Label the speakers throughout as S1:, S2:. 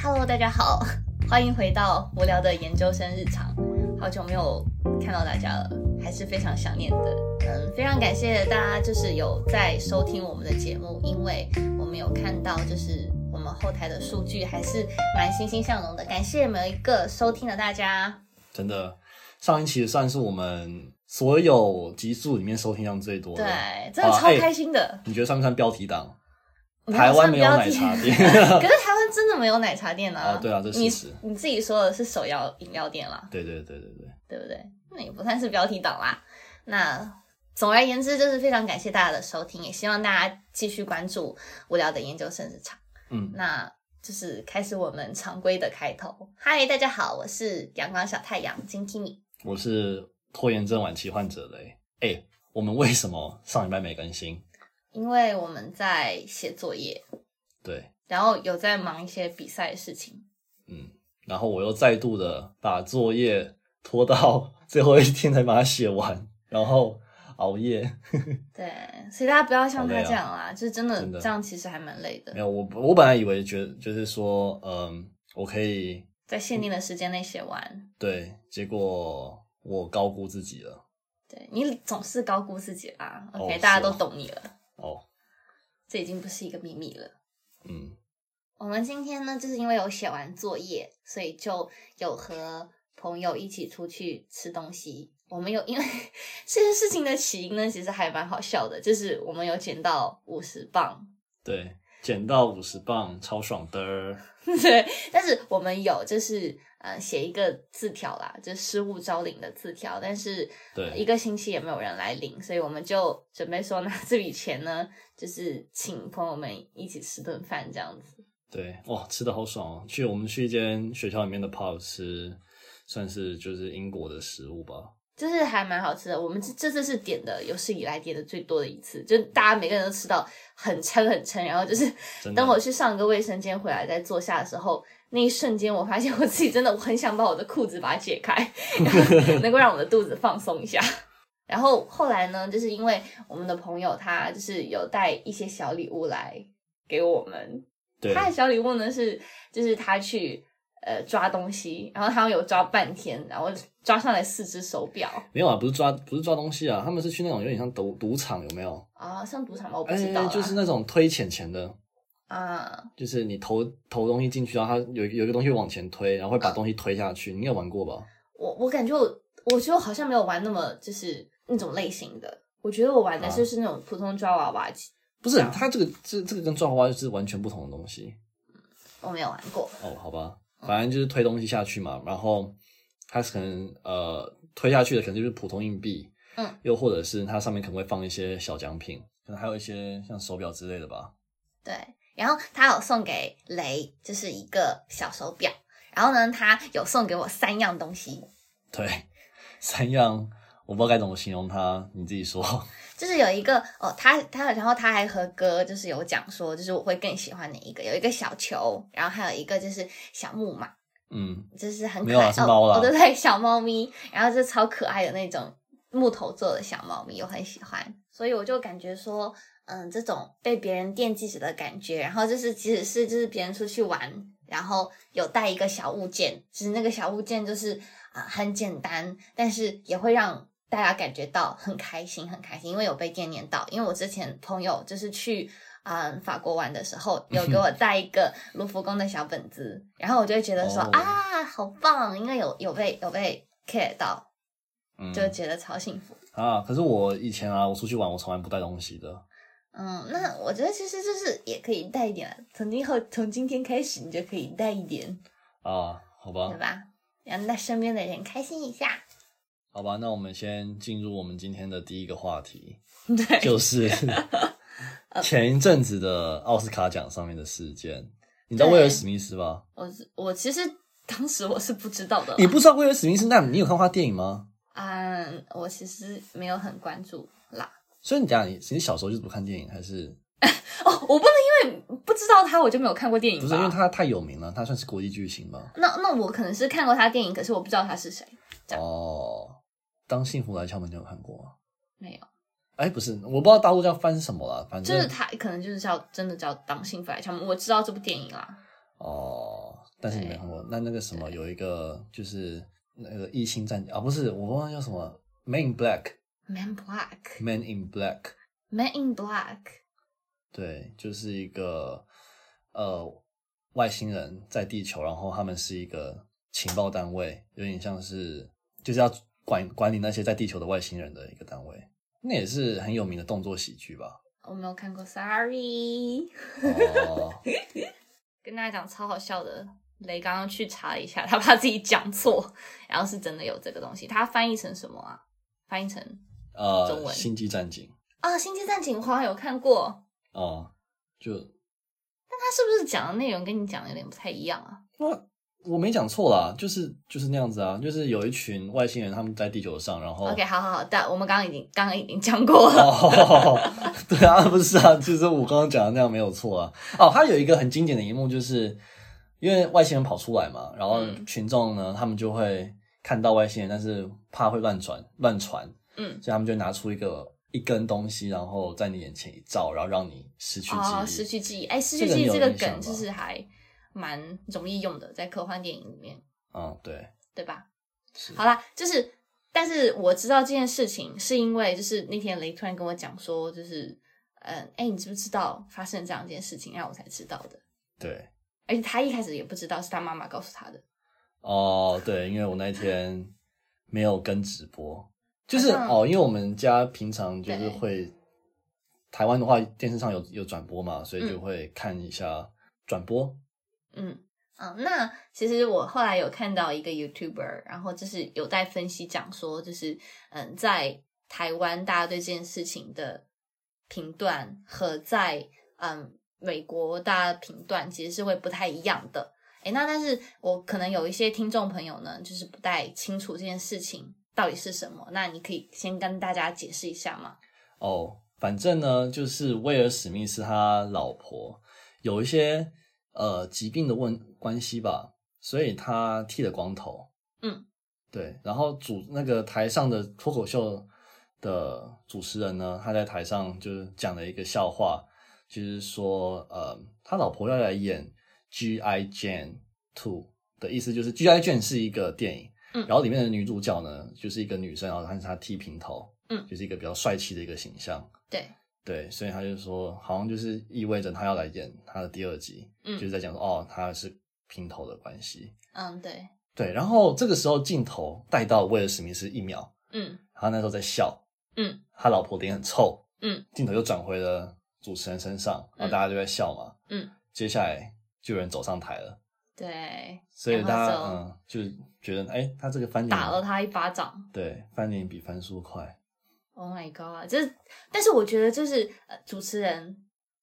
S1: Hello，大家好， 欢迎回到无聊的研究生日常。好久没有看到大家了，还是非常想念的。嗯，非常感谢大家，就是有在收听我们的节目，因为我们有看到，就是我们后台的数据还是蛮欣欣向荣的。感谢每一个收听的大家。
S2: 真的，上一期算是我们所有集数里面收听量最多的。
S1: 对，真的超
S2: 啊哎
S1: 开心的。
S2: 你觉得算不算标题党？
S1: 没有
S2: 台湾没有
S1: 上
S2: 奶
S1: 标题
S2: 茶 店，
S1: 可是台湾真的没有奶茶店啊！
S2: 哦 对啊这是
S1: 你
S2: 事实
S1: 你自己说的是手摇饮料店啦，
S2: 对对对对对，
S1: 对不对？那也不算是标题党啦。那总而言之，就是非常感谢大家的收听，也希望大家继续关注无聊的研究生日常。
S2: 嗯，
S1: 那就是开始我们常规的开头。嗨，大家好，我是阳光小太阳金 Kimi。
S2: 我是拖延症晚期患者嘞。哎、我们为什么上礼拜没更新？
S1: 因为我们在写作业，
S2: 对，
S1: 然后有在忙一些比赛的事情，
S2: 嗯，然后我又再度的把作业拖到 最后一天才把它写完，然后熬夜。
S1: 对，所以大家不要像
S2: 好
S1: 他
S2: 累啊
S1: 这样啦，就是真的
S2: 真的
S1: 这样其实还蛮累的
S2: 没。有，我我本来以为觉就是说，嗯，我可以
S1: 在限定的时间内写完。
S2: 对，结果我高估自己了。
S1: 对你总是高估自己啦，OK，、
S2: 是哦
S1: 大家都懂你了，
S2: 哦，
S1: 这已经不是一个秘密了。
S2: 嗯，
S1: 我们今天呢，就是因为有写完作业，所以就有和朋友一起出去吃东西。我们有因为 这件事情的起因呢，其实还蛮好笑的，就是我们有捡到五十磅，
S2: 对，减到五十磅，超爽的儿。
S1: 对，但是我们有就是呃写一个字条啦，就是失物招领的字条，但是呃一
S2: 对，
S1: 个星期也没有人来领，所以我们就准备说拿这笔钱呢，就是请朋友们一起吃顿饭这样子。
S2: 对，哇，吃的好爽哦！去我们去一间学校里面的 pub 吃，算是就是英国的食物吧。
S1: 就是还蛮好吃的，我们这这次是点的有史以来点的最多的一次，就大家每个人都吃到很撑很撑，然后就是
S2: 真的
S1: 等我去上个卫生间回来再坐下的时候，那一瞬间我发现我自己真的我很想把我的裤子把它解开，然后能够让我的肚子放松一下。然后后来呢，就是因为我们的朋友他就是有带一些小礼物来给我们，
S2: 对
S1: 他的小礼物呢是，就是他去呃抓东西，然后他们有抓半天，然后抓上来四只手表
S2: 没有啊，不是抓不是抓东西啊，他们是去那种有点像赌赌场有没有？
S1: 啊，上赌场吗？我不
S2: 哎
S1: 知道、啦。
S2: 就是那种推钱钱的，
S1: 啊，
S2: 就是你投投东西进去，然后它有有一个东西往前推，然后会把东西推下去。你应该玩过吧？
S1: 我我感觉我我觉得我好像没有玩那么就是那种类型的，我觉得我玩的
S2: 啊
S1: 就是那种普通抓娃娃机，
S2: 不是，它这个这这个跟抓娃娃就是完全不同的东西。
S1: 我没有玩过。
S2: 哦，好吧，反正就是推东西下去嘛，然后它可能呃推下去的可能就是普通硬币，
S1: 嗯，
S2: 又或者是它上面可能会放一些小奖品，可能还有一些像手表之类的吧。
S1: 对，然后他有送给雷就是一个小手表，然后呢他有送给我三样东西，
S2: 对， 三样我不知道该怎么形容它，你自己说。
S1: 就是有一个哦，他他然后他还和歌就是有讲说，就是我会更喜欢哪一个，有一个小球，然后还有一个就是小木马，
S2: 嗯，
S1: 就是很
S2: 没
S1: 可
S2: 有
S1: 爱
S2: 啊是猫啦
S1: 哦，哦对对，小猫咪，然后就超可爱的那种木头做的小猫咪，我很喜欢，所以我就感觉说，嗯，这种被别人惦记着的感觉，然后就是即使是就是别人出去玩，然后有带一个小物件，其实那个小物件就是啊、很简单，但是也会让。大家感觉到很开心，很开心，因为有被惦念到。因为我之前朋友就是去嗯法国玩的时候，有给我带一个卢浮宫的小本子，然后我就会觉得说、
S2: 哦
S1: 啊，啊，好棒！因为有有被有被 care 到，
S2: 嗯
S1: 就觉得超幸福。
S2: 啊，可是我以前啊，我出去玩我从来不带东西的。
S1: 嗯，那我觉得其实就是也可以带一点啊，从今后从今天开始你就可以带一点，
S2: 啊，好吧
S1: 对，吧？让那身边的人开心一下。
S2: 好吧，那我们先进入我们今天的第一个话题，
S1: 对，
S2: 就是 前一阵子的奥斯卡奖上面的事件。你知道威尔史密斯吧？
S1: 我是我其实当时我是不知道的啦
S2: 你不知道威尔史密斯，那你有看过他电影吗？
S1: 嗯，我其实没有很关注啦。
S2: 所以你讲你你小时候就是不看电影，还是
S1: 哦，我不能因为不知道他我就没有看过电影
S2: 不
S1: 吧？
S2: 是因为他太有名了，他算是国际巨星吧？
S1: 那那我可能是看过他电影，可是我不知道他是谁，这样
S2: 哦，当幸福来敲门，你有看过吗？
S1: 没有。
S2: 哎，不是，我不知道大陆叫翻什么了，反
S1: 就是
S2: 正
S1: 他可能就是叫真的叫当幸福来敲门，我知道这部电影啦。
S2: 哦，但是你没
S1: 对
S2: 看过。那那个什么，有一个就是那个异星战啊，不是，我忘了叫什么《Man in Black》，
S1: Man Black
S2: 《Man in Black》
S1: Man in Black，
S2: 对，就是一个呃外星人在地球，然后他们是一个情报单位，有点像是就是要管管理那些在地球的外星人的一个单位。那也是很有名的动作喜剧吧？
S1: 我没有看过，Sorry。
S2: 哦，
S1: 跟大家讲超好笑的，雷刚刚去查了一下，他怕自己讲错，然后是真的有这个东西。它翻译成什么啊？翻译成
S2: 呃，
S1: 中文
S2: 星际战警》
S1: 啊，哦《星际战警》我好像有看过，
S2: 哦，就
S1: 但它是不是讲的内容跟你讲的有点不太一样啊？
S2: 那我没讲错啦，就是就是那样子啊，就是有一群外星人他们在地球上，然后
S1: OK，好好好，但我们刚刚已经刚刚已经讲过了。
S2: 哦，对啊，不是啊，就是我刚刚讲的那样没有错啊。哦，它有一个很经典的一幕，就是因为外星人跑出来嘛，然后
S1: 嗯
S2: 群众呢，他们就会看到外星人，但是怕会乱传乱传，
S1: 嗯，
S2: 所以他们就拿出一个一根东西，然后在你眼前一照，然后让你失去记忆。
S1: 哦，失去记忆，哎，失去
S2: 这个
S1: 记
S2: 你
S1: 忆
S2: 有
S1: 这个
S2: 印象
S1: 梗就
S2: 吧
S1: 是还蛮容易用的，在科幻电影里面，
S2: 嗯，对，
S1: 对吧？
S2: 是
S1: 好啦，就是，但是我知道这件事情是因为，就是那天雷突然跟我讲说，就是，嗯，哎、你知不知道发生这样一件事情，然后我才知道的。
S2: 对，
S1: 而且他一开始也不知道，是他妈妈告诉他的。
S2: 哦，对，因为我那天没有跟直播，就是
S1: 好像
S2: 哦，因为我们家平常就是
S1: 对
S2: 会，台湾的话电视上有有转播嘛，所以就
S1: 嗯
S2: 会看一下转播。
S1: 嗯嗯，那其实我后来有看到一个 YouTuber，然后就是有在分析讲说，就是嗯，在台湾大家对这件事情的评断和在嗯美国大家的评断其实是会不太一样的。诶，那但是我可能有一些听众朋友呢，就是不太清楚这件事情到底是什么，那你可以先跟大家解释一下吗？
S2: 哦，反正呢，就是威尔史密斯他老婆有一些呃疾病的问关系吧，所以他剃了光头。
S1: 嗯，
S2: 对。然后主那个台上的脱口秀的主持人呢，他在台上就是讲了一个笑话，就是说呃，他老婆要来演 G.I. Jane Two 的意思就是 G.I. Jane 是一个电影。
S1: 嗯
S2: 然后里面的女主角呢，就是一个女生，然后但是她剃平头，
S1: 嗯
S2: 就是一个比较帅气的一个形象。
S1: 对，
S2: 对，所以他就说，好像就是意味着他要来演他的第二集，
S1: 嗯
S2: 就是在讲说，哦，他是平头的关系。
S1: 嗯，对，
S2: 对，然后这个时候镜头带到威尔史密斯一秒，
S1: 嗯
S2: 他那时候在笑，
S1: 嗯，
S2: 他老婆脸很臭，
S1: 嗯，
S2: 镜头又转回了主持人身上，然后大家就在笑嘛，
S1: 嗯，
S2: 接下来就有人走上台了，
S1: 对，
S2: 所以
S1: 然
S2: 大
S1: 后
S2: 家
S1: 就
S2: 嗯就觉得，哎，他这个翻脸
S1: 打了，他一巴掌。
S2: 对，翻脸比翻书快，
S1: Oh my god！就是，但是我觉得就是呃，主持人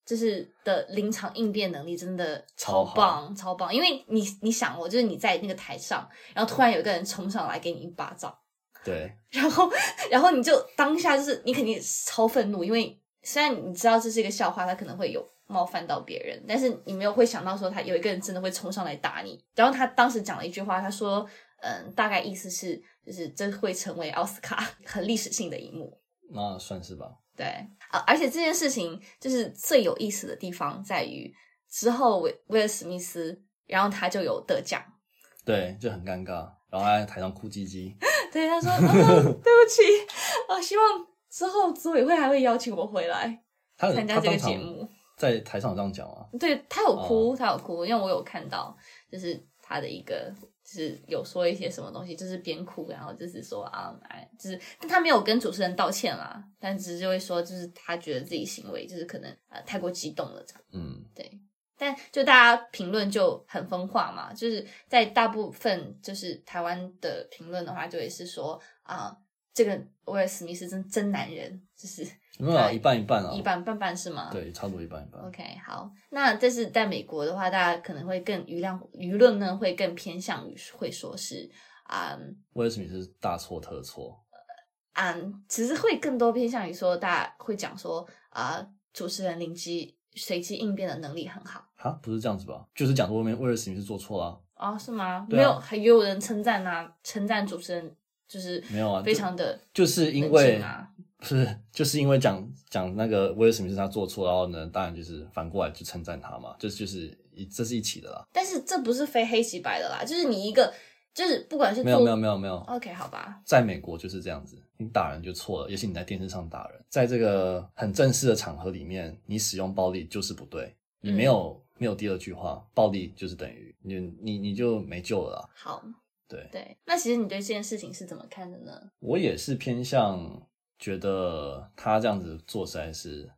S1: 就是的临场应变能力真的超
S2: 超好
S1: 棒，超棒。因为你你想哦，就是你在那个台上，然后突然有一个人冲上来给你一巴掌，
S2: 对，
S1: 然后 然后你就当下就是你肯定超愤怒，因为虽然你知道这是一个笑话，他可能会有冒犯到别人，但是你没有会想到说他有一个人真的会冲上来打你。然后他当时讲了一句话，他说：“嗯，大概意思是就是这会成为奥斯卡 很历史性的一幕。”
S2: 那算是吧，
S1: 对啊，而且这件事情就是最有意思的地方在于，之后威威尔史密斯，然后他就有得奖。
S2: 对，就很尴尬，然后他在台上哭唧唧。
S1: 对，他说：“哦、对不起，啊，希望之后组委会还会邀请我回来
S2: 他有
S1: 参加
S2: 他
S1: 这个
S2: 当场
S1: 节目。
S2: 在台上有这样讲啊，”
S1: 对他有哭，他有哭，因为我有看到，就是他的一个。就是有说一些什么东西，就是边哭，然后就是说啊，哎，就是，但他没有跟主持人道歉啦，但只是就会说，就是他觉得自己行为就是可能呃太过激动了这样。
S2: 嗯，
S1: 但就大家评论就很分化嘛，就是在大部分就是台湾的评论的话，就会是说啊、这个威尔史密斯真真男人，就是
S2: 没有啊，
S1: 对
S2: 一半一半啊，
S1: 一半半半是吗？。
S2: 对，差不多一半一半。
S1: OK，好，那但是在美国的话，大家可能会更舆量舆论呢会更偏向于会说是啊
S2: 威尔史密斯大错特错，
S1: 啊、其实会更多偏向于说大家会讲说啊、主持人灵机随机应变的能力很好
S2: 哈，不是这样子吧？就是讲说威威尔史密斯做错了、啊
S1: 哦，是吗？
S2: 对
S1: 啊没
S2: 啊
S1: 有，还也有人称赞呐、称赞主持人就是
S2: 没有啊
S1: 非常的
S2: 就是因
S1: 冷
S2: 为
S1: 静啊
S2: 不是就是因为讲讲那个威尔史密斯他做错，然后呢，当然就是反过来就称赞他嘛，这就是一这是一起的啦。
S1: 但是这不是非黑即白的啦，就是你一个就是不管是
S2: 没有没有
S1: 做
S2: 没有没有，
S1: OK 好吧，
S2: 在美国就是这样子，你打人就错了，尤其你在电视上打人，在这个很正式的场合里面，你使用暴力就是不对，你没有、没有第二句话，暴力就是等于你你你就没救了啦。
S1: 好
S2: 对
S1: 对，那其实你对这件事情是怎么看的呢？
S2: 我也是偏向觉得他这样子做实在是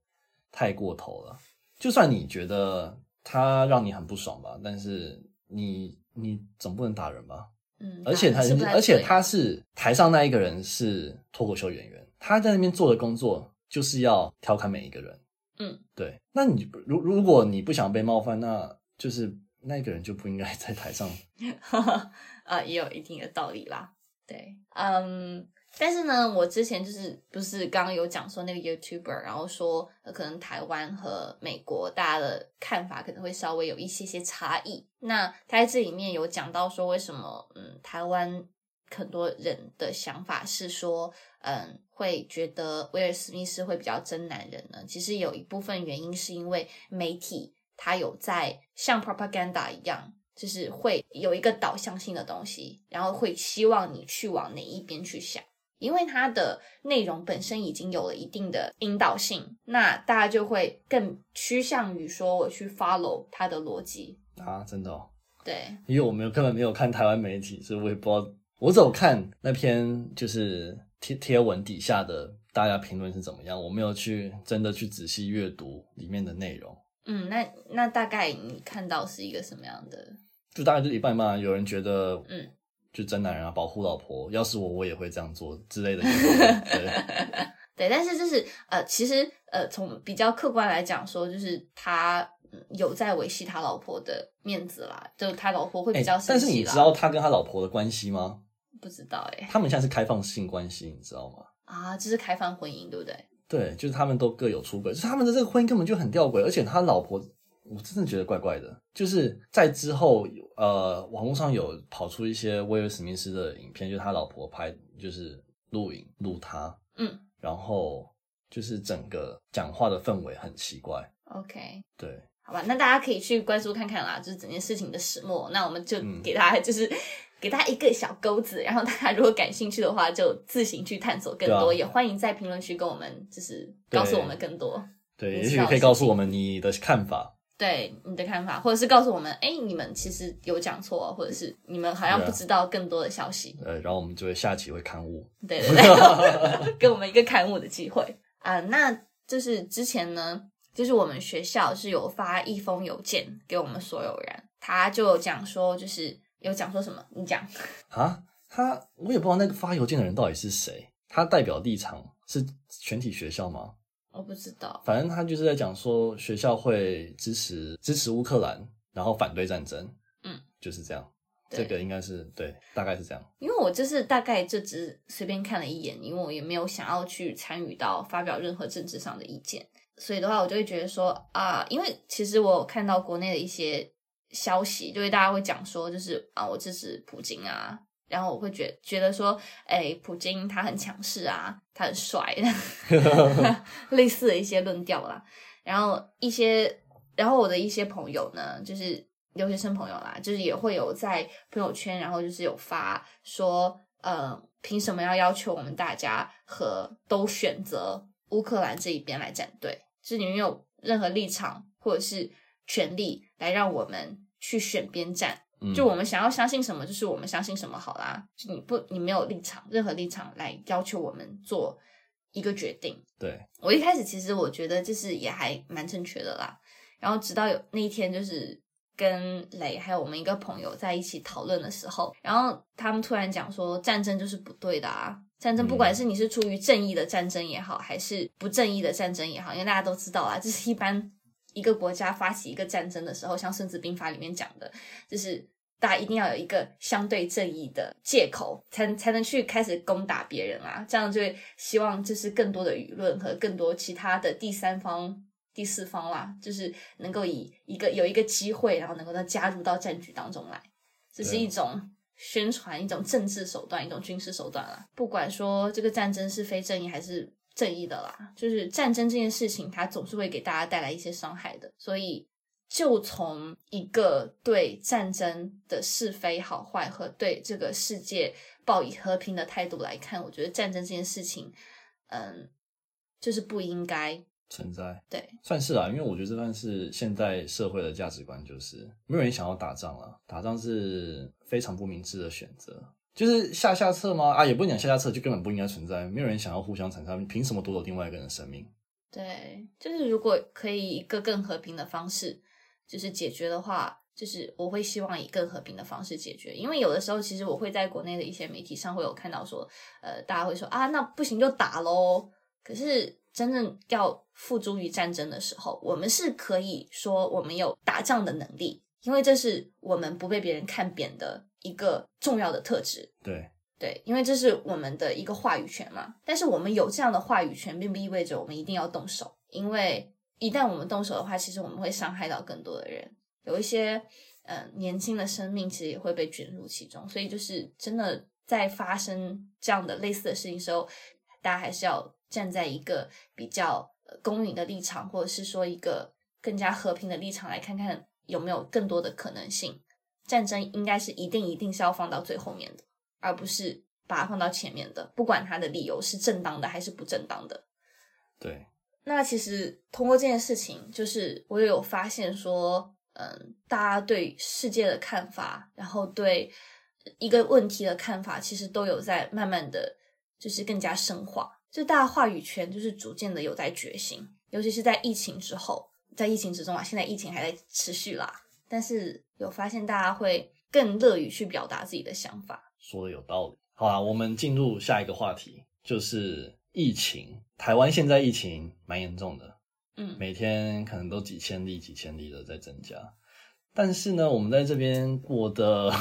S2: 太过头了，就算你觉得他让你很不爽吧，但是你你总不能打人吧？
S1: 嗯，
S2: 而且
S1: 打
S2: 他
S1: 人是不太
S2: 而且
S1: 对
S2: 他是台上那一个人是脱口秀演员，他在那边做的工作就是要调侃每一个人。
S1: 嗯，
S2: 对。那你如如果你不想被冒犯，那就是那个人就不应该 在台上。
S1: 啊，也有一定的道理啦。对，嗯，但是呢，我之前就是不是刚刚有讲说那个 YouTuber，然后说、呃可能台湾和美国大家的看法可能会稍微有一些些差异。那他在这里面有讲到说，为什么嗯台湾很多人的想法是说，嗯，会觉得威尔史密斯会比较真男人呢？其实有一部分原因是因为媒体它有在像 propaganda 一样，就是会有一个导向性的东西，然后会希望你去往哪一边去想。因为它的内容本身已经有了一定的引导性，那大家就会更趋向于说我去 follow 它的逻辑。
S2: 啊，真的哦，
S1: 对，
S2: 因为我没有根本没有看台湾媒体，所以我也不知道，我只有看那篇就是贴贴文底下的大家评论是怎么样，我没有去真的去仔细阅读里面的内容。
S1: 嗯，那那大概你看到是一个什么样的？
S2: 就大概就一半一半啊，有人觉得，
S1: 嗯，
S2: 就真男人啊，保护老婆，要是我我也会这样做之 类的言论。对，
S1: 对，但是就是呃，其实呃，从比较客观来讲说，就是他嗯有在维系他老婆的面子啦，就他老婆会比
S2: 哎
S1: 较生
S2: 但是
S1: 气
S2: 你
S1: 啦。
S2: 知道他跟他老婆的关系吗？
S1: 不知道哎、
S2: 他们现在是开放性关系，你知道吗？
S1: 啊，这是开放婚姻对不对？
S2: 对，就是他们都各有出轨，就是他们的这个婚姻根本就很吊诡，而且他老婆，我真的觉得怪怪的。就是在之后，呃，网络上有跑出一些威尔史密斯的影片，就是他老婆拍，就是录影录他，
S1: 嗯，
S2: 然后就是整个讲话的氛围很奇怪，
S1: OK，
S2: 对。
S1: 好吧，那大家可以去关注看看啦，就是整件事情的始末。那我们就
S2: 嗯
S1: 给大家就是、给大家一个小钩子，然后大家如果感兴趣的话，就自行去探索更多，
S2: 对啊
S1: 也欢迎在评论区跟我们就是告诉
S2: 对
S1: 我们更多。
S2: 对，
S1: 你
S2: 也
S1: 知
S2: 许
S1: 道
S2: 可以
S1: 的
S2: 告
S1: 事
S2: 诉我们你的看法。
S1: 对你的看法，或者是告诉我们，哎，你们其实有讲错，或者是你们好像
S2: 对啊
S1: 不知道更多的消息，
S2: 呃，然后我们就会下期会刊物。
S1: 对对对，给我们一个刊物的机会啊、那就是之前呢，就是我们学校是有发一封邮件给我们所有人，他就有讲说，就是有讲说什么，你讲，
S2: 啊，他我也不知道那个发邮件的人到底是谁，他代表立场是全体学校吗？
S1: 我不知道，
S2: 反正他就是在讲说学校会支持支持乌克兰，然后反对战争。
S1: 嗯，
S2: 就是这样。
S1: 对
S2: 这个应该是对，大概是这样。
S1: 因为我就是大概就只随便看了一眼，因为我也没有想要去参与到发表任何政治上的意见，所以的话，我就会觉得说啊，因为其实我有看到国内的一些消息，就是大家会讲说，就是啊，我支持普京啊，然后我会觉觉得说，哎，普京他很强势啊，他很帅， 类似的一些论调啦。然后一些，然后我的一些朋友呢，就是留学生朋友啦，就是也会有在朋友圈，然后就是有发说，呃，凭什么要要求我们大家和都选择乌克兰这一边来站队？就是你们有任何立场或者是权利来让我们去选边站？
S2: 嗯，
S1: 就我们想要相信什么，就是我们相信什么好啦。就你不，你没有立场，任何立场来要求我们做一个决定。
S2: 对，
S1: 我一开始其实我觉得就是也还蛮正确的啦，然后直到有那一天就是跟雷还有我们一个朋友在一起讨论的时候，然后他们突然讲说战争就是不对的啊，战争不管是你是出于正义的战争也好，还是不正义的战争也好，因为大家都知道啊，就是一般一个国家发起一个战争的时候，像《孙子兵法》里面讲的，就是大家一定要有一个相对正义的借口，才才能去开始攻打别人啊。这样就会希望就是更多的舆论和更多其他的第三方、第四方啦，就是能够以一个有一个机会，然后能够再加入到战局当中来，这是
S2: 对
S1: 一种宣传一种政治手段，一种军事手段啦。不管说这个战争是非正义还是正义的啦，就是战争这件事情，它总是会给大家带来一些伤害的。所以，就从一个对战争的是非好坏和对这个世界抱以和平的态度来看，我觉得战争这件事情，嗯，就是不应该。
S2: 存在，
S1: 对，
S2: 算是啊啦、因为我觉得这算是现代社会的价值观，就是没有人想要打仗了，打仗是非常不明智的选择。就是下下策吗？啊，也不能讲下下策，就根本不应该存在。没有人想要互相残杀，凭什么夺走另外一个人的生命？
S1: 对，就是如果可以以一个更和平的方式，就是解决的话，就是我会希望以更和平的方式解决。因为有的时候，其实我会在国内的一些媒体上会有看到说，呃，大家会说啊，那不行就打喽。可是真正要付诸于战争的时候，我们是可以说我们有打仗的能力，因为这是我们不被别人看扁的一个重要的特质。
S2: 对，
S1: 对，因为这是我们的一个话语权嘛。但是我们有这样的话语权，并不意味着我们一定要动手，因为一旦我们动手的话，其实我们会伤害到更多的人，有一些嗯、呃年轻的生命其实也会被卷入其中。所以就是真的在发生这样的类似的事情时候，大家还是要站在一个比较呃公允的立场，或者是说一个更加和平的立场来看看有没有更多的可能性。战争应该是一定一定是要放到最后面的。而不是把它放到前面的，不管它的理由是正当的还是不正当的。
S2: 对，
S1: 那其实通过这件事情，就是我也有发现说，嗯，大家对世界的看法，然后对一个问题的看法，其实都有在慢慢的，就是更加深化。就大家话语权就是逐渐的有在觉醒，尤其是在疫情之后，在疫情之中啊，现在疫情还在持续啦，但是有发现大家会更乐于去表达自己的想法。
S2: 说的有道理。好啦，我们进入下一个话题，就是疫情。台湾现在疫情蛮严重的，
S1: 嗯，
S2: 每天可能都几千例、几千例的在增加。但是呢，我们在这边过的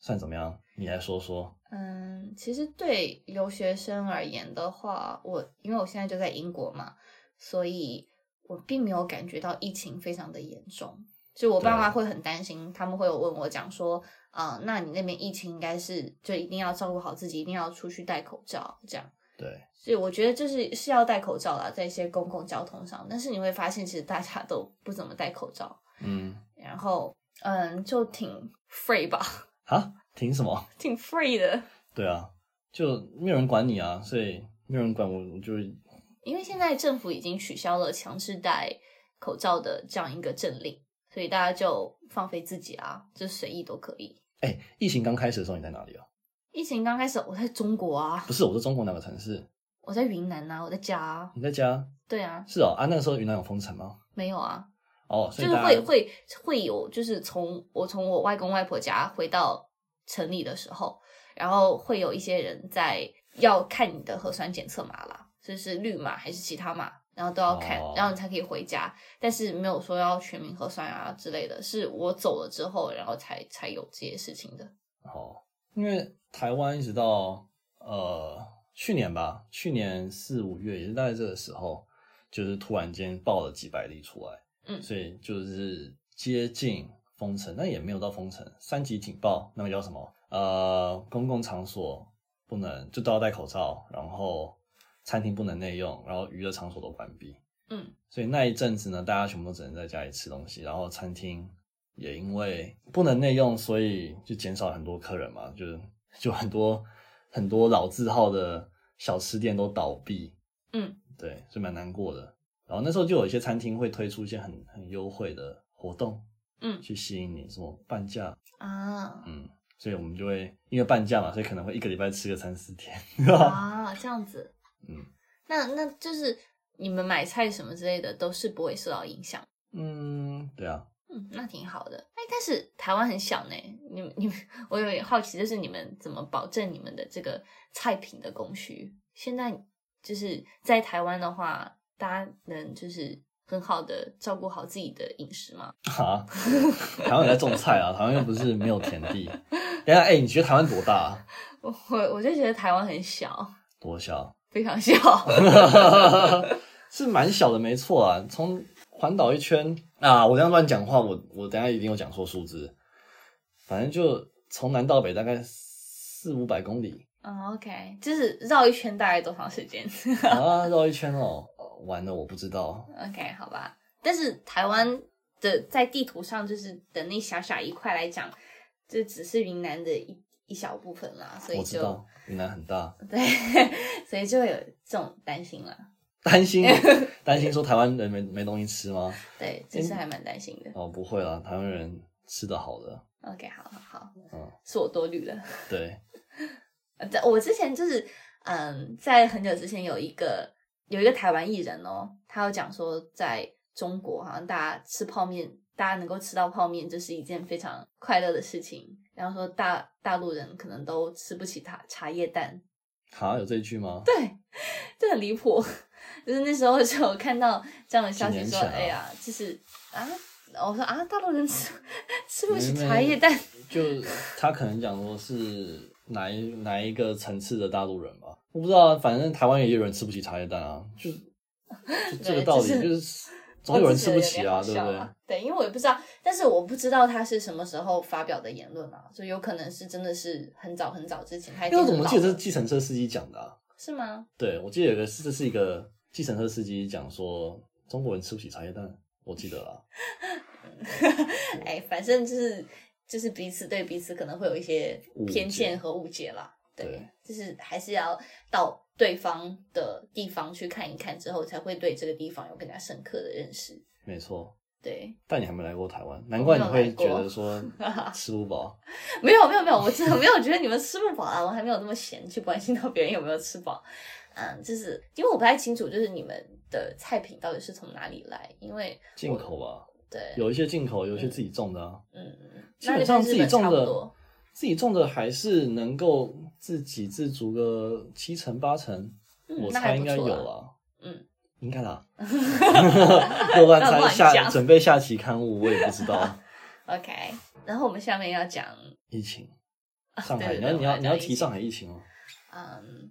S2: 算怎么样？你来说说。
S1: 嗯，其实对留学生而言的话，我因为我现在就在英国嘛，所以我并没有感觉到疫情非常的严重。就我爸妈会很担心，他们会有问我讲说，啊、那你那边疫情应该是就一定要照顾好自己，一定要出去戴口罩这样。
S2: 对，
S1: 所以我觉得就是是要戴口罩啦，在一些公共交通上，但是你会发现其实大家都不怎么戴口罩，
S2: 嗯，
S1: 然后嗯，就挺 free 吧，
S2: 啊，凭什么？
S1: 挺 free 的。
S2: 对啊，就没有人管你啊，所以没有人管我，我就
S1: 因为现在政府已经取消了强制戴口罩的这样一个政令，所以大家就放飞自己啊，就随意都可以。
S2: 哎、疫情刚开始的时候你在哪里啊？
S1: 疫情刚开始，我在中国啊，
S2: 不是，我在中国哪个城市？
S1: 我在云南啊，我在家啊，
S2: 你在家？
S1: 对啊，
S2: 是哦，啊，那个时候云南有封城吗？
S1: 没有啊，
S2: 哦，
S1: 就
S2: 所以
S1: 是
S2: 大
S1: 会
S2: 家
S1: 会会有，就是从我从我外公外婆家回到城里的时候，然后会有一些人在要看你的核酸检测码啦，就是绿码还是其他码，然后都要看，
S2: 哦
S1: 然后你才可以回家。但是没有说要全民核酸啊之类的，是我走了之后，然后才才有这些事情的。
S2: 哦，因为台湾一直到呃去年吧，去年四五月也是大概这个时候，就是突然间爆了几百例出来，
S1: 嗯
S2: 所以就是接近封城，但也没有到封城，三级警报，那个叫什么？呃，公共场所不能就都要戴口罩，然后餐厅不能内用，然后娱乐场所都关闭。
S1: 嗯，
S2: 所以那一阵子呢，大家全部都只能在家里吃东西，然后餐厅也因为不能内用，所以就减少很多客人嘛，就是就很多很多老字号的小吃店都倒闭，
S1: 嗯，
S2: 对，是蛮难过的。然后那时候就有一些餐厅会推出一些很很优惠的活动，
S1: 嗯
S2: 去吸引你，什么半价，
S1: 啊
S2: 嗯，所以我们就会因为半价嘛，所以可能会一个礼拜吃个三四天，
S1: 啊，这样子，
S2: 嗯，
S1: 那那就是你们买菜什么之类的都是不会受到影响。
S2: 嗯，对啊，
S1: 嗯，那挺好的。哎，但是台湾很小呢，你们你们，我有点好奇，就是你们怎么保证你们的这个菜品的供需？现在就是在台湾的话，大家能就是很好的照顾好自己的饮食吗？
S2: 啊， 台湾也在种菜啊，台湾又不是没有田地。等一下，哎、你觉得台湾多大、啊？
S1: 我我我就觉得台湾很小，
S2: 多小？
S1: 非常小。
S2: 是蛮小的，没错啊。从环岛一圈啊，我这样乱讲话，我我等一下一定有讲错数字。反正就从南到北大概四五百公里
S1: 嗯，OK，就是绕一圈大概多长时间
S2: 啊，绕一圈哦。完了，我不知道。
S1: ？OK，好吧。但是台湾的在地图上就是的那小小一块来讲，就只是云南的一一小部分啦，所以
S2: 我知
S1: 就
S2: 道云南很大，
S1: 对，所以就会有这种担心啦。
S2: 担心担心说台湾人没没东西吃吗？
S1: 对，其实还蛮担心的。
S2: 哦，不会啦，台湾人吃的好的。
S1: OK，好好好，
S2: 嗯，
S1: 是我多虑了。
S2: 对，
S1: 呃对我之前就是，嗯，在很久之前有一个有一个台湾艺人哦，他有讲说，在中国好像大家吃泡面，大家能够吃到泡面，这是一件非常快乐的事情。然后说大大陆人可能都吃不起茶茶叶蛋，
S2: 哈，有这一句吗？
S1: 对，这很离谱。 就是那时候就有看到这样的消息
S2: 几年
S1: 说，
S2: 前啊
S1: 哎呀，就是啊，我说啊，大陆人吃 吃不起
S2: 没没
S1: 茶叶蛋，
S2: 就他可能讲说是哪一哪一个层次的大陆人吧，我不知道啊，反正台湾也有人吃不起茶叶蛋啊， 就就这个
S1: 对
S2: 道理，
S1: 就是
S2: 就是总有人吃不起啊，
S1: 我只
S2: 对
S1: 是
S2: 不
S1: 觉得有点好笑
S2: 对？
S1: 对，因为我也不知道，但是我不知道他是什么时候发表的言论啊，就有可能是真的是很早很早之前，他已
S2: 因为
S1: 经
S2: 我怎么记得这
S1: 很老
S2: 是
S1: 了
S2: 计程车司机讲的、啊？
S1: 是吗？
S2: 对，我记得有个是这是一个计程车司机讲说中国人吃不起茶叶蛋，我记得啦。
S1: 哎，反正就是就是彼此对彼此可能会有一些
S2: 误解
S1: 偏见和误解啦。对，
S2: 对
S1: 就是还是要到对方的地方去看一看之后，才会对这个地方有更加深刻的认识。
S2: 没错，
S1: 对，
S2: 但你还没来过台湾，难怪你会觉得说吃 不饱。
S1: 没有没有没有，我真的没有觉得你们吃不饱啊，我还没有那么闲去关心到别人有没有吃饱。嗯，就是因为我不太清楚，就是你们的菜品到底是从哪里来，因为
S2: 进口吧，
S1: 对，
S2: 有一些进口，有一些自己种的啊。
S1: 嗯，
S2: 基本上自己种
S1: 那就跟日本差不
S2: 的
S1: 多，
S2: 自己种的还是能够自给自足个七成八成，
S1: 嗯
S2: 我
S1: 那
S2: 猜
S1: 还
S2: 应
S1: 不
S2: 该有
S1: 错啊
S2: 啦。
S1: 嗯，
S2: 应 该啦。我乱
S1: 乱
S2: 猜
S1: 讲
S2: 下准备下期刊物，我也不知道
S1: OK，然后我们下面要讲，
S2: 疫情。上海，
S1: 啊对
S2: 你
S1: 对
S2: 要你要
S1: 对
S2: 你要
S1: 我还在疫
S2: 提
S1: 情
S2: 上海疫情哦。
S1: 嗯，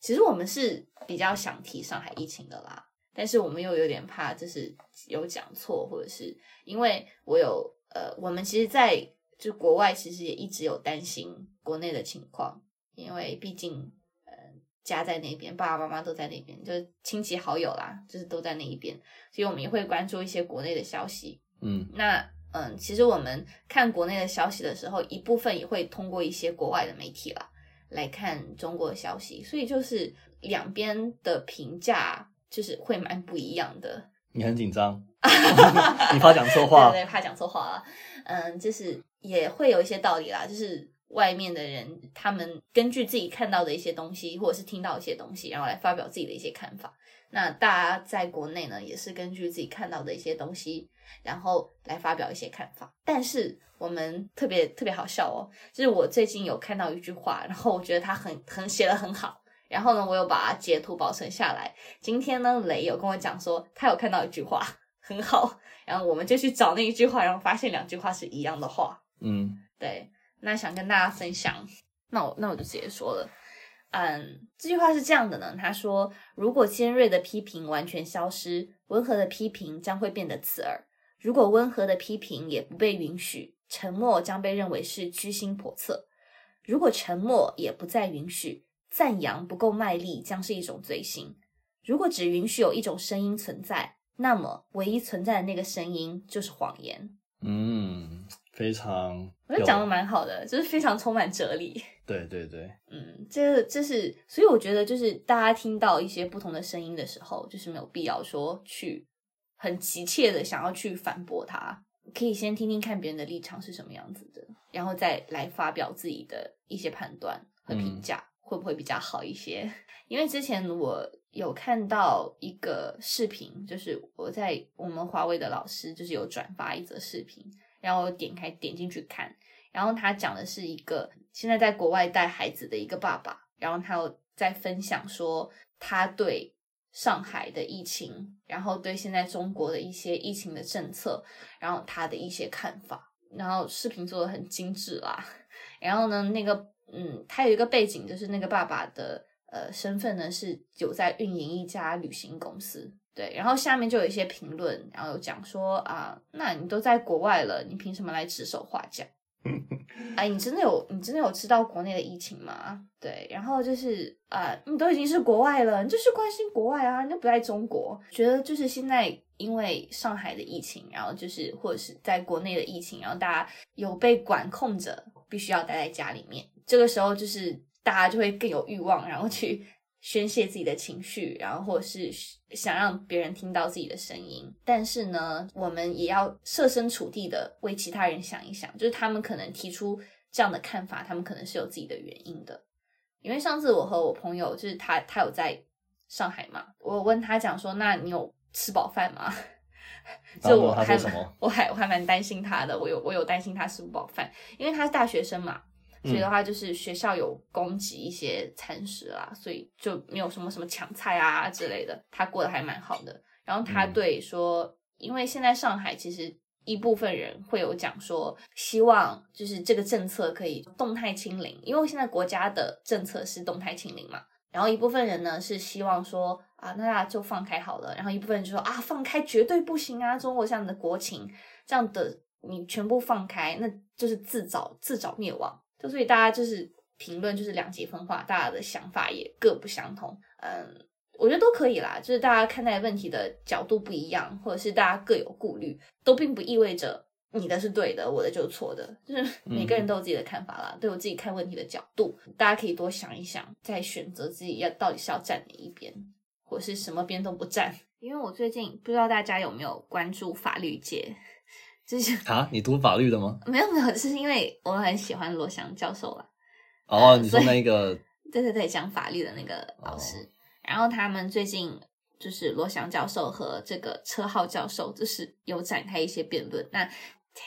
S1: 其实我们是比较想提上海疫情的啦，但是我们又有点怕，就是有讲错，或者是因为我有呃，我们其实在，就国外其实也一直有担心国内的情况，因为毕竟呃家在那边，爸爸妈妈都在那边，就是亲戚好友啦，就是都在那一边，所以我们也会关注一些国内的消息。
S2: 嗯，
S1: 那嗯，其实我们看国内的消息的时候，一部分也会通过一些国外的媒体啦来看中国的消息，所以就是两边的评价就是会蛮不一样的。
S2: 你很 紧张，你怕讲错话
S1: 对。对，怕讲错话了。嗯，就是也会有一些道理啦，就是外面的人他们根据自己看到的一些东西，或者是听到一些东西，然后来发表自己的一些看法。那大家在国内呢，也是根据自己看到的一些东西，然后来发表一些看法。但是我们特别特别好笑哦，就是我最近有看到一句话，然后我觉得他很很写的很好。然后呢，我有把它截图保存下来。今天呢，雷有跟我讲说，他有看到一句话很好，然后我们就去找那一句话，然后发现两句话是一样的话。
S2: 嗯，
S1: 对，那想跟大家分享，那我那我就直接说了。嗯，这句话是这样的呢，他说：“如果尖锐的批评完全消失，温和的批评将会变得刺耳；如果温和的批评也不被允许，沉默将被认为是居心叵测；如果沉默也不再允许，赞扬不够卖力将是一种罪行；如果只允许有一种声音存在，那么唯一存在的那个声音就是谎言。”
S2: 嗯，非常。
S1: 我觉得讲的蛮好的，就是非常充满哲理。
S2: 对对对，
S1: 嗯，这这是，所以我觉得就是大家听到一些不同的声音的时候，就是没有必要说去很急切的想要去反驳他，可以先听听看别人的立场是什么样子的，然后再来发表自己的一些判断和评价，会不会比较好一些？ 因为之前我有看到一个视频，就是我在我们华为的老师就是有转发一则视频，然后我点开点进去看，然后他讲的是一个现在在国外带孩子的一个爸爸，然后他有在分享说他对上海的疫情，然后对现在中国的一些疫情的政策，然后他的一些看法，然后视频做的很精致啦。然后呢，那个嗯，他有一个背景，就是那个爸爸的呃身份呢是有在运营一家旅行公司。对，然后下面就有一些评论，然后有讲说啊，那你都在国外了，你凭什么来指手画脚？哎，你真的有你真的有吃到国内的疫情吗？对，然后就是啊、呃你都已经是国外了，你就是关心国外啊，你就不在中国。觉得就是现在因为上海的疫情，然后就是或者是在国内的疫情，然后大家有被管控着，必须要待在家里面。这个时候就是大家就会更有欲望，然后去宣泄自己的情绪，然后或者是想让别人听到自己的声音。但是呢，我们也要设身处地的为其他人想一想，就是他们可能提出这样的看法，他们可能是有自己的原因的。因为上次我和我朋友，就是他他有在上海嘛，我问他讲说，那你有吃饱饭吗？
S2: 然
S1: 就
S2: 后
S1: 我
S2: 他
S1: 还
S2: 说什么？
S1: 我还我还蛮担心他的，我有我有担心他吃不饱饭，因为他是大学生嘛，所
S2: 嗯
S1: 以的话就是学校有供给一些餐食啊，所以就没有什么什么抢菜啊之类的，他过得还蛮好的。然后他
S2: 嗯
S1: 对说，因为现在上海其实一部分人会有讲说，希望就是这个政策可以动态清零，因为现在国家的政策是动态清零嘛。然后一部分人呢是希望说啊，那大家就放开好了。然后一部分人就说啊，放开绝对不行啊，中国这样的国情，这样的你全部放开，那就是自找自找灭亡。就所以大家就是评论就是两极分化，大家的想法也各不相同。嗯，我觉得都可以啦，就是大家看待问题的角度不一样，或者是大家各有顾虑，都并不意味着你的是对的，我的就是错的，就是每个人都有自己的看法啦，都有自己看问题的角度，大家可以多想一想，再选择自己要到底是要站哪一边，或是什么边都不站。因为我最近不知道大家有没有关注法律界， 就是
S2: 啊，你读法律的吗？
S1: 没有没有，就是因为我很喜欢罗翔教授啦，
S2: 哦，你说
S1: 所以
S2: 那个
S1: 对对对，讲法律的那个老师。然后他们最近就是罗翔教授和这个车浩教授，就是有展开一些辩论。那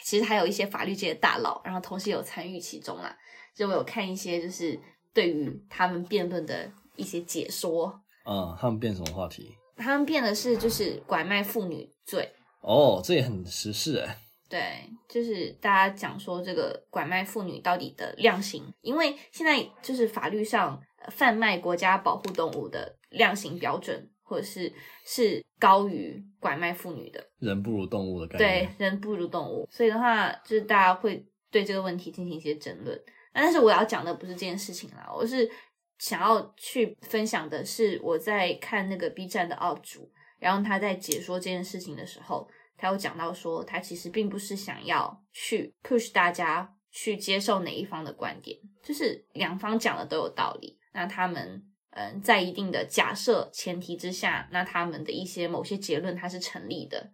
S1: 其实还有一些法律界的大佬，然后同时有参与其中啦。就我有看一些就是对于他们辩论的一些解说，
S2: 嗯，他们变什么话题？
S1: 他们辩的是就是拐卖妇女罪。
S2: 哦，这也很时事哎。
S1: 对，就是大家讲说这个拐卖妇女到底的量刑，因为现在就是法律上呃贩卖国家保护动物的量刑标准，或者是是高于拐卖妇女的。
S2: 人不如动物的概
S1: 对
S2: 念，，
S1: 人不如动物，所以的话，就是大家会对这个问题进行一些争论。那但是我要讲的不是这件事情啦，我是想要去分享的是我在看那个 B 站的奥主，然后他在解说这件事情的时候，他有讲到说，他其实并不是想要去 push 大家去接受哪一方的观点，就是两方讲的都有道理。那他们嗯，在一定的假设前提之下，那他们的一些某些结论它是成立的。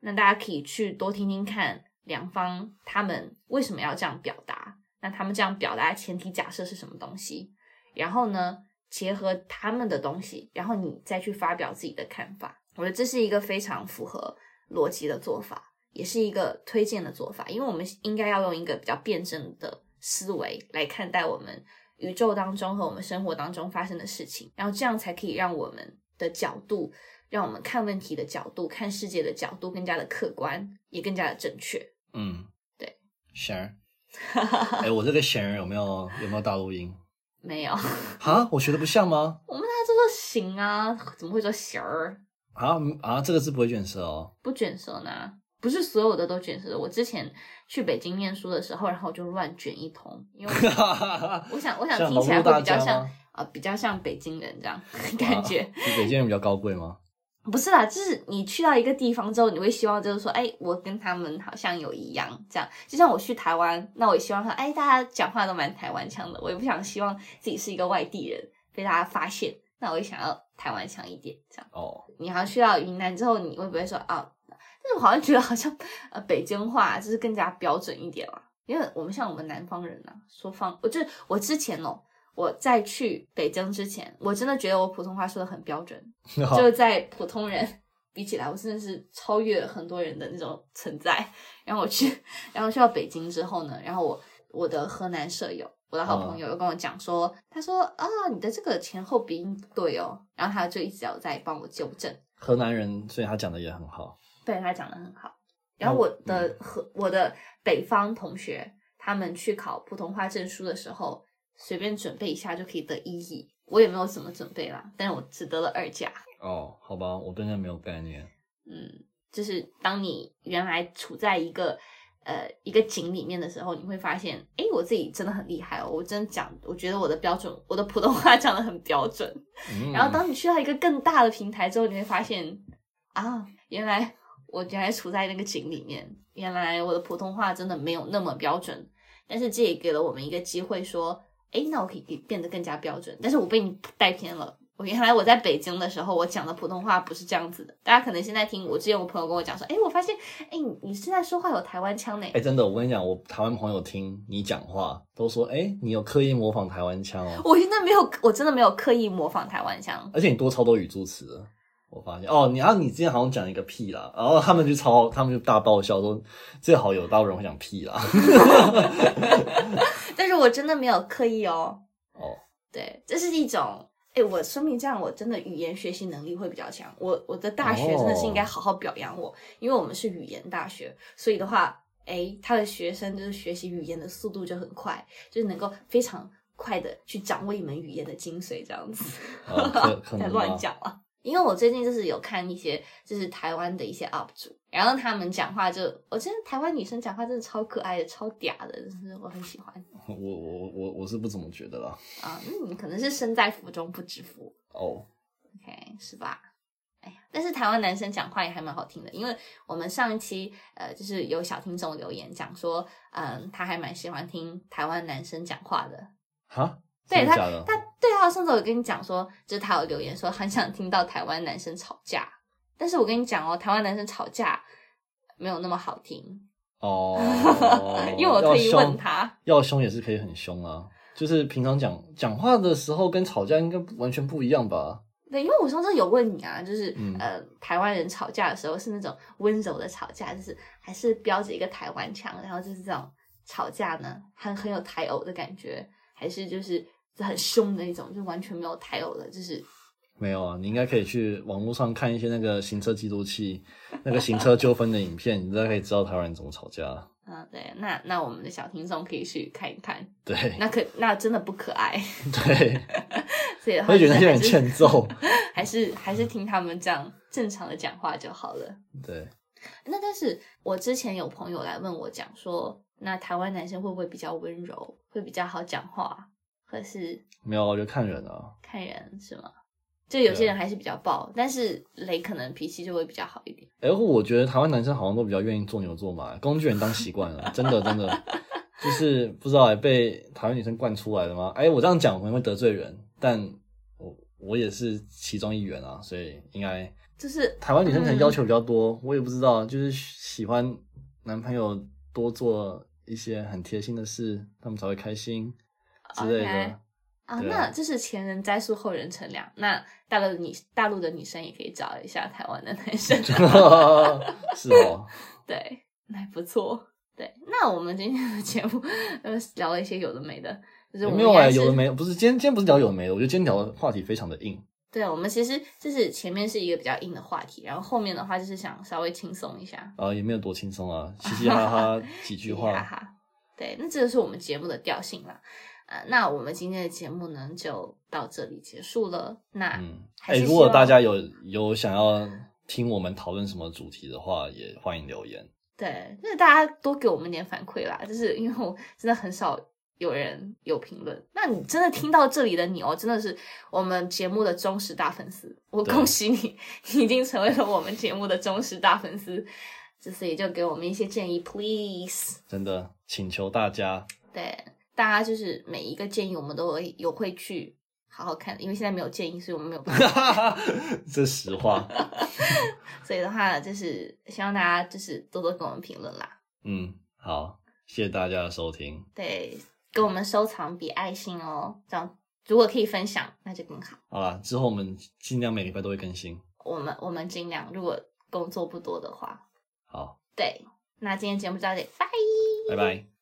S1: 那大家可以去多听听看两方他们为什么要这样表达，那他们这样表达的前提假设是什么东西，然后呢，结合他们的东西，然后你再去发表自己的看法。我觉得这是一个非常符合逻辑的做法，也是一个推荐的做法，因为我们应该要用一个比较辩证的思维来看待我们宇宙当中和我们生活当中发生的事情，然后这样才可以让我们的角度，让我们看问题的角度、看世界的角度更加的客观，也更加的正确。
S2: 嗯，
S1: 对，
S2: 弦 儿。哎，我这个弦儿有没有有没有大陆音？
S1: 没有， 我
S2: 啊，我学的不像吗？
S1: 们大家都说行啊，怎么会说行儿？
S2: 啊嗯啊，这个字不会卷舌哦。
S1: 不卷舌呢？不是所有的都卷舌的。我之前去北京念书的时候，然后我就乱卷一通，因为我我想我想
S2: 像
S1: 听起来
S2: 融入
S1: 会
S2: 大
S1: 比较
S2: 家
S1: 像
S2: 吗
S1: 呃比较像北京人这样 感觉。
S2: 比北京人比较高贵吗？
S1: 不是啦，就是你去到一个地方之后，你会希望就是说，哎，我跟他们好像有一样这样。就像我去台湾，那我也希望说，哎，大家讲话都蛮台湾腔的，我也不想希望自己是一个外地人被大家发现，那我也想要台湾腔一点这样。
S2: 哦，
S1: 你好像去到云南之后，你会不会说啊？但是我好像觉得好像呃北京话就是更加标准一点嘛，因为我们像我们南方人呐、说方，我就是我之前哦，我在去北京之前，我真的觉得我普通话说的很标准，就是在普通人 比起来，我真的是超越很多人的那种存在。然后我去，然后去到北京之后呢，然后我我的河南舍友，我的好朋友又跟我讲说，他说啊，你的这个前后鼻音不对哦，然后他就一直有在帮我纠正，
S2: 河南人，所以他讲的也很好。
S1: 对他讲的很好。然后我的和、我的北方同学，他们去考普通话证书的时候，随便准备一下就可以得一乙。我也没有怎么准备啦，但是我只得了二甲。
S2: 哦，好吧，我对那没有概念。
S1: 嗯，就是当你原来处在一个呃一个景里面的时候，你会发现，哎，我自己真的很厉害哦，我真讲，我觉得我的标准，我的普通话讲的很标准。
S2: 嗯
S1: 然后当你去到一个更大的平台之后，你会发现啊，原来我原来处在那个井里面，原来我的普通话真的没有那么标准。但是这也给了我们一个机会，说，哎，那我可以给变得更加标准。但是我被你带偏了。我原来我在北京的时候，我讲的普通话不是这样子的。大家可能现在听我之前，我朋友跟我讲说，哎，我发现，哎，你你现在说话有台湾腔呢
S2: 哎、。真的，我跟你讲，我台湾朋友听你讲话都说，哎、你有刻意模仿台湾腔哦，
S1: 我现在没有，我真的没有刻意模仿台湾腔。
S2: 而且你多超多语助词了。我发现哦，你啊，你之前好像讲一个屁啦，然后他们就超，他们就大爆笑说，最好有大陆人会讲屁啦。
S1: 但是我真的没有刻意哦。
S2: 哦，
S1: 对，这是一种，哎，我说明这样，我真的语言学习能力会比较强。我我的大学真的是应该
S2: 哦
S1: 好好表扬我，因为我们是语言大学，所以的话，哎，他的学生就是学习语言的速度就很快，就是能够非常快的去掌握一门语言的精髓，这样子。
S2: 哦 可可
S1: 在
S2: 能
S1: 乱
S2: 吗
S1: 讲啊。因为我最近就是有看一些就是台湾的一些 UP 主，然后他们讲话就，我觉得台湾女生讲话真的超可爱的，超嗲的，就是我很喜欢
S2: 我我我我是不怎么觉得啦。
S1: 啊。那你可能是身在福中不知福，
S2: 哦，
S1: OK，是吧？哎呀，但是台湾男生讲话也还蛮好听的，因为我们上一期呃，就是有小听众留言讲说，嗯，他还蛮喜欢听台湾男生讲话的。
S2: 哈，
S1: 对
S2: 真
S1: 他
S2: 的假的，？
S1: 他对啊，上次我跟你讲说，就是他有留言说很想听到台湾男生吵架，但是我跟你讲哦，台湾男生吵架没有那么好听，，
S2: 哦
S1: 因为我特意
S2: 要凶
S1: 问他，
S2: 要凶也是可以很凶啊，就是平常讲讲话的时候跟吵架应该完全不一样吧？
S1: 对，因为我上次有问你啊，就是、
S2: 嗯
S1: 呃，台湾人吵架的时候是那种温柔的吵架，就是还是标着一个台湾腔，然后就是这种吵架呢，很很有台偶的感觉，还是就是很凶的那种，就完全没有台偶的，就是
S2: 没有啊，你应该可以去网络上看一些那个行车记录器、那个行车纠纷的影片，你大概可以知道台湾人怎么吵架。
S1: 嗯、对，那那我们的小听众可以去看一看，
S2: 对
S1: 那可那真的不可爱，
S2: 对，
S1: 所以的话
S2: 会觉得那
S1: 就是
S2: 些
S1: 还
S2: 人
S1: 是
S2: 欠揍。
S1: 还是还是听他们这样正常的讲话就好了。
S2: 对，
S1: 那但是我之前有朋友来问我讲说，那台湾男生会不会比较温柔，会比较好讲话，或是
S2: 没有啊，我就看人啊。
S1: 看人是吗？就有些
S2: 对啊
S1: 人还是比较暴，但是雷可能脾气就会比较好一点。
S2: 哎，我觉得台湾男生好像都比较愿意做牛做马，工具人当习惯了，真的真的，就是不知道哎，被台湾女生惯出来的吗？哎，我这样讲可能会得罪人，但我我也是其中一员啊，所以应该
S1: 就是
S2: 台湾女生可能要求比较多，我也不知道，就是喜欢男朋友多做一些很贴心的事，他们才会开心之类的。
S1: OK 啊，
S2: 对啊
S1: 那就是前人栽树，后人乘凉。那大陆的女大陆的女生也可以找一下台湾的男生，
S2: 是哦，
S1: 对，那还不错。对，那我们今天的节目呃聊了一些有的没的，就是我们
S2: 没有
S1: 应
S2: 哎、
S1: 该是
S2: 有的没，不是今天今天不是聊有的没的，我觉得今天聊的话题非常的硬。
S1: 对，啊我们其实就是前面是一个比较硬的话题，然后后面的话就是想稍微轻松一下，
S2: 啊，也没有多轻松啊，嘻嘻 哈哈几句
S1: 哈
S2: 话。
S1: 哈。对，那这就是我们节目的调性啦。呃，那我们今天的节目呢就到这里结束了。那、
S2: 嗯，
S1: 还
S2: 哎、
S1: 是
S2: 如果
S1: 希望
S2: 大家有有想要听我们讨论什么主题的话，也欢迎留言。
S1: 对，就是大家多给我们点反馈啦，就是因为我真的很少有人有评论。那你真的听到这里的你哦，真的是我们节目的忠实大粉丝，我
S2: 对啊
S1: 恭喜你， 你已经成为了我们节目的忠实大粉丝。就所以就给我们一些建议，please。
S2: 真的，请求大家，
S1: 对，大家就是每一个建议，我们都会有会去好好看的，因为现在没有建议，所以我们没有办法。
S2: 这实话。
S1: 所以的话，就是希望大家就是多多给我们评论啦，
S2: 嗯，好，谢谢大家的收听。
S1: 对，给我们收藏比爱心哦，这样如果可以分享，那就更好。
S2: 好啦，之后我们尽量每礼拜都会更新。
S1: 我们我们尽量，如果工作不多的话，
S2: 好，
S1: 对，那今天节目就到这里，拜。
S2: 拜拜。